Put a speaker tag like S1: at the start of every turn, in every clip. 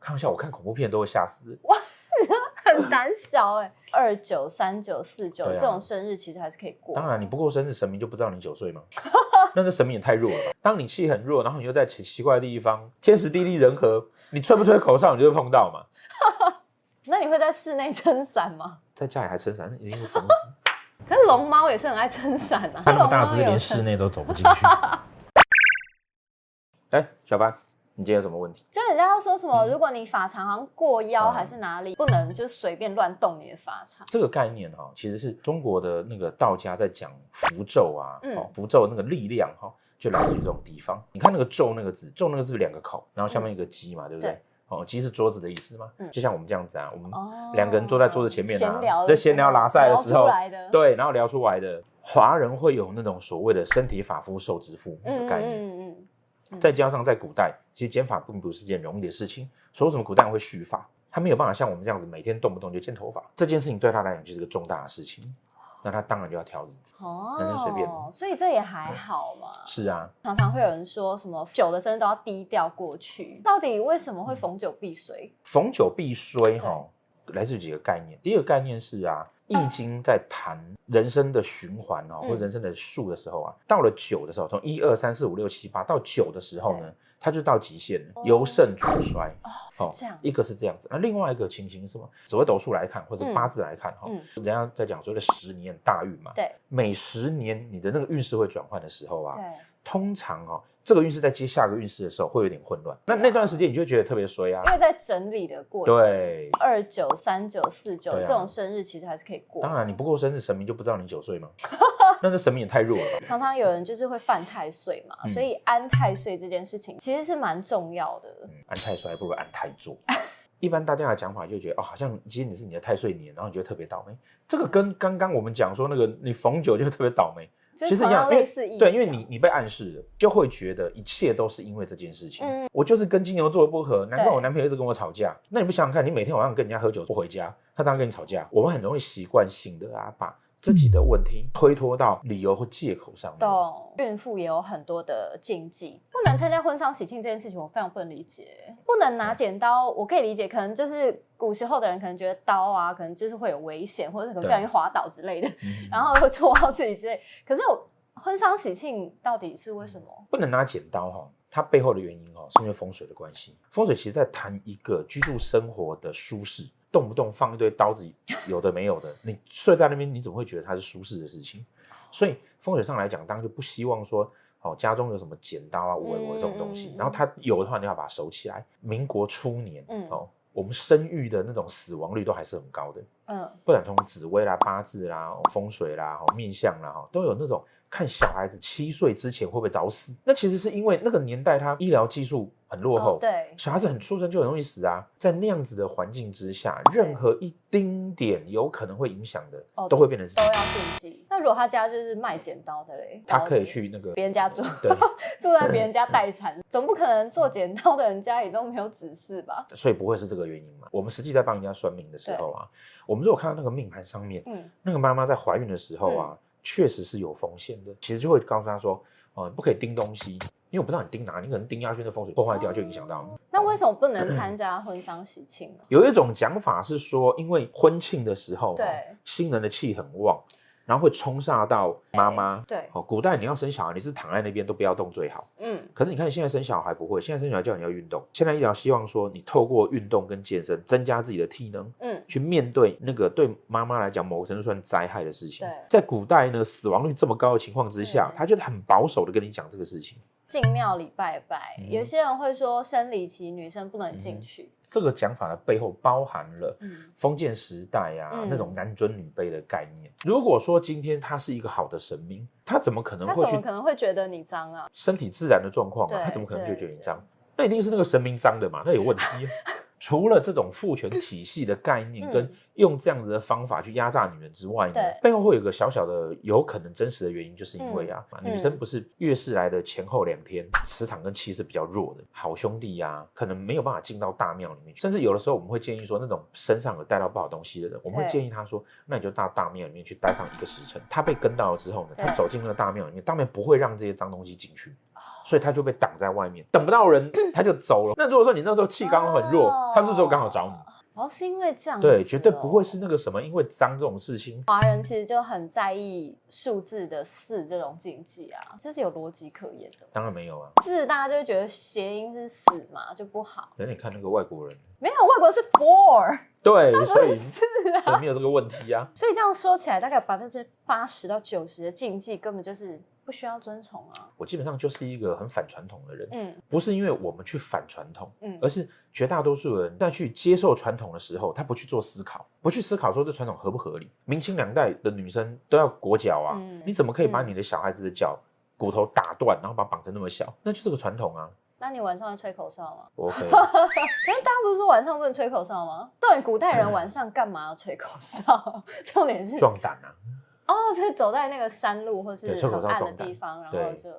S1: 开玩笑，我看恐怖片都会吓死。
S2: 很胆小哎、二九、三九、四九
S1: 对啊
S2: 这种生日其实还是可以过。
S1: 当然，你不过生日，神明就不知道你九岁吗？ 那这神明也太弱了吧。当你气很弱，然后你又在奇奇怪的地方，天时地利人和，你吹不吹口哨，你就会碰到嘛。
S2: 那你会在室内撑伞吗？
S1: 在家里还撑伞，一定是疯 子。
S2: 可是龙猫也是很爱撑伞啊，
S1: 它那么
S2: 龙
S1: 大
S2: 猫
S1: 只，
S2: 也有
S1: 连
S2: 撑
S1: 室内都走不进 去。哎，小帆，你今天有什么问题？
S2: 就人家都说什么，
S1: 嗯
S2: 如果你发长好像过腰
S1: 嗯
S2: 还是哪里，不能就随便乱动你的发长。
S1: 这个概念哈、其实是中国的那个道家在讲符咒啊，
S2: 嗯
S1: 哦，符咒那个力量哈、就来自于这种地方。你看那个咒那个字，咒那个字是两个口，然后下面一个鸡嘛，对不对？
S2: 嗯对
S1: 哦，鸡是桌子的意思嘛，
S2: 嗯
S1: 就像我们这样子啊，我们
S2: 哦
S1: 两个人坐在桌子前面啊
S2: 闲聊的
S1: 对
S2: 时候
S1: 闲聊拉塞的时候
S2: 聊出来的，
S1: 对，然后聊出来的华人会有那种所谓的身体发肤受之父母的
S2: 嗯，嗯
S1: 概念，
S2: 嗯嗯嗯
S1: 再加上在古代，其实剪发并不是件容易的事情，所以为什么古代人会蓄发？他没有办法像我们这样子每天动不动就剪头发，这件事情对他来讲就是个重大的事情，那他当然就要挑日子。
S2: 嗯，哦，
S1: 男生随便
S2: 所以这也还好嘛。
S1: 是啊，
S2: 常常会有人说什么酒的生日都要低调过去，到底为什么会逢酒必衰？
S1: 逢酒必衰哈，来自于几个概念。第一个概念是啊，《易经》在谈人生的循环哦，
S2: 嗯
S1: 或人生的数的时候啊，到了九的时候，从一二三四五六七八到九的时候呢，它就到极限了，由盛转衰。
S2: 哦，是这样，
S1: 一个是这样子，那另外一个情形是什么？紫微斗数来看，或者
S2: 嗯
S1: 八字来看哈、
S2: 嗯
S1: 人家在讲所谓的十年大运嘛，
S2: 对
S1: 每十年你的那个运势会转换的时候啊，
S2: 对，
S1: 通常哦，这个运势在接下个运势的时候会有点混乱，那那段时间你就会觉得特别衰啊，
S2: 因为在整理的过程，
S1: 对，
S2: 二九、三九、四九
S1: 对啊
S2: 这种生日其实还是可以过。
S1: 当然你不过生日，神明就不知道你九岁 吗？那这神明也太弱了吧。
S2: 常常有人就是会犯太岁嘛，
S1: 嗯
S2: 所以安太岁这件事情其实是蛮重要的。
S1: 嗯安太岁还不如安太座。一般大家的讲法就觉得哦，好像今年是你的太岁年，然后你就特别倒霉。这个跟刚刚我们讲说那个你逢九就特别倒霉，
S2: 就
S1: 其
S2: 是
S1: 实
S2: 同
S1: 一
S2: 样
S1: 样，因
S2: 类
S1: 为
S2: 似意思啊
S1: 对，因为你你被暗示了，就会觉得一切都是因为这件事情。
S2: 嗯
S1: 我就是跟金牛座不合，难怪
S2: 对
S1: 我男朋友一直跟我吵架。那你不想想看，你每天晚上跟人家喝酒不回家，他当然跟你吵架。我们很容易习惯性的啊，把自己的问题推脱到理由或借口上面。
S2: 嗯懂，孕妇也有很多的禁忌，不能参加婚丧喜庆这件事情，我非常不能理解。不能拿剪刀，我可以理解，可能就是古时候的人可能觉得刀啊，可能就是会有危险，或者可能不小心滑倒之类的，
S1: 嗯
S2: 然后会戳到自己之类。可是我婚丧喜庆到底是为什么？
S1: 不能拿剪刀哈、它背后的原因哦，是因为风水的关系。风水其实在谈一个居住生活的舒适，动不动放一堆刀子，有的没有的，你睡在那边，你怎么会觉得它是舒适的事情？所以风水上来讲，当然就不希望说。哦，家中有什么剪刀啊、无为我这种东西，
S2: 嗯嗯嗯
S1: 然后它有的话，你要把它收起来。民国初年，
S2: 嗯
S1: 哦，我们生育的那种死亡率都还是很高的。
S2: 嗯，
S1: 不管从紫薇啦、八字啦、哦风水啦、哦面相啦，哈，都有那种看小孩子七岁之前会不会早死。那其实是因为那个年代他医疗技术很落后，
S2: 哦、对，
S1: 小孩子很出生就很容易死啊。在那样子的环境之下，任何一丁点有可能会影响的，
S2: 哦
S1: 都会变成是
S2: 都要禁忌。那如果他家就是卖剪刀的嘞，
S1: 他
S2: 刀
S1: 可以
S2: 的
S1: 去那个
S2: 别人家住
S1: 对，
S2: 住在别人家待产，总不可能做剪刀的人家里都没有指示吧？
S1: 所以不会是这个原因嘛。我们实际在帮人家算命的时候啊，我们如果看到那个命盘上面
S2: 嗯，
S1: 那个妈妈在怀孕的时候啊，确实是有风险的。其实就会告诉她说，哦、你不可以盯东西，因为我不知道你盯哪，你可能盯下去，那风水破坏掉就影响到你。
S2: 那为什么不能参加婚丧喜庆呢？
S1: 有一种讲法是说，因为婚庆的时候、啊，
S2: 对，
S1: 新人的气很旺，然后会冲煞到妈妈。
S2: 对，
S1: 哦，古代你要生小孩，你是躺在那边都不要动最好。
S2: 嗯，
S1: 可是你看现在生小孩不会，现在生小孩叫你要运动，现在医疗希望说你透过运动跟健身增加自己的体能，
S2: 嗯，
S1: 去面对那个对妈妈来讲某个程度算灾害的事情
S2: 对。
S1: 在古代呢，死亡率这么高的情况之下，
S2: 嗯
S1: 他就是很保守的跟你讲这个事情。
S2: 进庙里拜拜，
S1: 嗯
S2: 有些人会说生理期女生不能进去，
S1: 这个讲法的背后包含了。
S2: 嗯，
S1: 封建时代啊，
S2: 嗯
S1: 那种男尊女卑的概念。如果说今天他是一个好的神明，他怎么可能
S2: 他
S1: 会
S2: 怎么
S1: 去
S2: 可能会觉得你脏啊？
S1: 身体自然的状况啊？
S2: 对
S1: 他怎么可能就
S2: 对
S1: 觉得你
S2: 对
S1: 脏？那一定是那个神明脏的嘛？那有 问题啊、除了这种父权体系的概念
S2: 嗯
S1: 跟用这样子的方法去压榨女人之外呢
S2: 对，
S1: 背后会有一个小小的有可能真实的原因，就是因为啊，
S2: 嗯
S1: 女生不是月事来的前后两天，磁场跟气是比较弱的，好兄弟呀、可能没有办法进到大庙里面去，甚至有的时候我们会建议说，那种身上有带到不好东西的人，我们会
S2: 对
S1: 建议他说，那你就到大庙里面去待上一个时辰，他被跟到了之后呢，他
S2: 对
S1: 走进那个大庙里面，大庙不会让这些脏东西进去，
S2: 哦
S1: 所以他就被挡在外面，等不到人他就走了。那如果说你那时候气刚好很弱，
S2: 哦
S1: 他那时候刚好找你，
S2: 哦，是因为这样、
S1: 对，绝对不会是。那个什么，因为脏这种事情。
S2: 华人其实就很在意数字的四这种禁忌啊，这是有逻辑可言的。
S1: 当然没有啊，
S2: 四大家就会觉得谐音是死嘛，就不好。
S1: 可是你看那个外国人，
S2: 没有，外国是 four，
S1: 对，所以
S2: 是啊。
S1: 所以没有这个问题啊。
S2: 所以这样说起来，大概百分之八十到九十的禁忌根本就是不需要遵从啊。
S1: 我基本上就是一个很反传统的人，
S2: 嗯
S1: 不是因为我们去反传统，
S2: 嗯
S1: 而是绝大多数人在去接受传统的时候，他不去做思考，不去思考说这传统合不合理。明清两代的女生都要裹脚啊，
S2: 嗯
S1: 你怎么可以把
S2: 嗯
S1: 你的小孩子的脚骨头打断，然后把它绑成那么小？那就是个传统啊。
S2: 那你晚上会吹口哨吗？
S1: 我 OK，
S2: 哎，大家不是说晚上不能吹口哨吗？重点古代人晚上干嘛要吹口哨？ 重点是
S1: 壮胆啊，
S2: 哦，就是走在那个山路或是
S1: 对吹口
S2: 很
S1: 哨
S2: 暗的
S1: 壮胆
S2: 地方，然后
S1: 对
S2: 就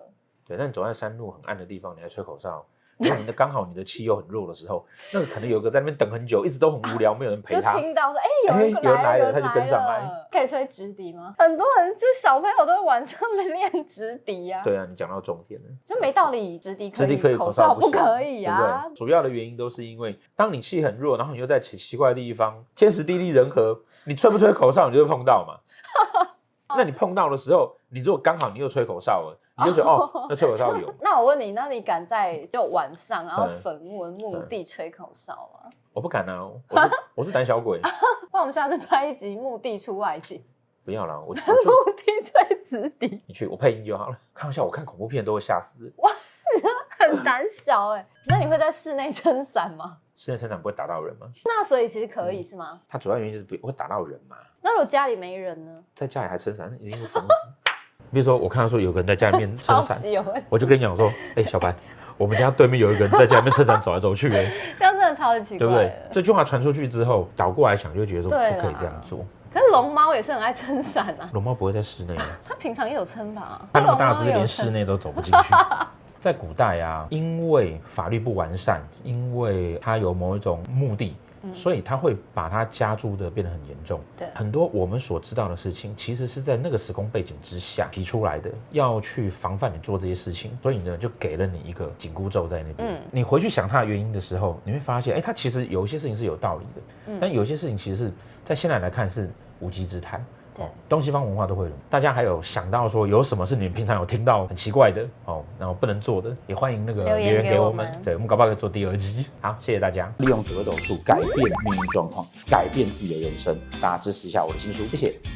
S1: 对。那你走在山路很暗的地方，你还吹口哨，如果你的 刚好你的气又很弱的时候，那个可能有个在那边等很久，一直都很无聊，没有人陪
S2: 就
S1: 他。
S2: 听到说哎、有人
S1: 哎有人
S2: 来
S1: 来
S2: 了，
S1: 了
S2: 有人
S1: 他就跟上来
S2: 了可以吹直笛吗？很多人就小朋友都会晚上来练直笛呀、啊，
S1: 对啊，你讲到重点了。
S2: 就没道理直笛可
S1: 直
S2: 以，
S1: 立可以，
S2: 口
S1: 哨
S2: 不
S1: 行
S2: 可以啊
S1: 对不。对主要的原因都是因为，当你气很弱，然后你又在奇奇怪的地方，天时地利人和，你吹不吹口哨，你就会碰到 嘛。那你碰到的时候，你如果刚好你又吹口哨了，你就觉得 哦，那吹口哨有。
S2: 那我问你，那你敢在就晚上，然后
S1: 嗯
S2: 坟墓墓地吹口哨吗？
S1: 我不敢啊，我 是我是胆小鬼，
S2: 那我们下次拍一集墓地出外景，
S1: 不要啦，我我 就
S2: 墓地吹直笛，
S1: 你去，我配音就好了。开玩笑，我看恐怖片都会吓死。
S2: 很胆小哎、那你会在室内撑伞吗？
S1: 室内生产不会打到人吗？
S2: 那所以其实可以、
S1: 嗯
S2: 是吗？
S1: 它主要原因就是不会打到人嘛，
S2: 那如果家里没人呢？
S1: 在家里还撑伞，那一定是疯子。比如说，我看到说有个人在家里面撑
S2: 超
S1: 伞，
S2: 级有问题，
S1: 我就跟你讲 说，哎、小白，我们家对面有一个人在家里面撑伞走来走去、 哎，
S2: 这样真的超级奇
S1: 对
S2: 怪
S1: 不对
S2: 的。？
S1: 这句话传出去之后，倒过来想，就会觉得说
S2: 对啦
S1: 不可以这样做。
S2: 可是龙猫也是很爱撑伞啊，
S1: 龙猫不会在室内，
S2: 它平常也有撑吧？
S1: 它那么大
S2: 龙
S1: 只，
S2: 猫也啊有
S1: 连
S2: 撑
S1: 室内都走不进去。 在古代啊，因为法律不完善，因为它有某一种目的，
S2: 嗯
S1: 所以它会把它加注的变得很严重。
S2: 对
S1: 很多我们所知道的事情，其实是在那个时空背景之下提出来的，要去防范你做这些事情，所以呢，就给了你一个紧箍咒在那边。
S2: 嗯
S1: 你回去想它的原因的时候，你会发现，哎，它其实有一些事情是有道理的，
S2: 嗯
S1: 但有一些事情其实是在现在来看是无稽之谈。
S2: 对
S1: 哦，东西方文化都会有。大家还有想到说有什么是你们平常有听到很奇怪的哦，然后不能做的，也欢迎那个
S2: 留
S1: 留
S2: 言
S1: 言
S2: 给
S1: 给
S2: 我
S1: 我们
S2: 们。
S1: 对，我们搞不好可以做第二集。好，谢谢大家。哦利用折斗术改变命运状况，改变自己的人生。大家支持一下我的新书，谢谢。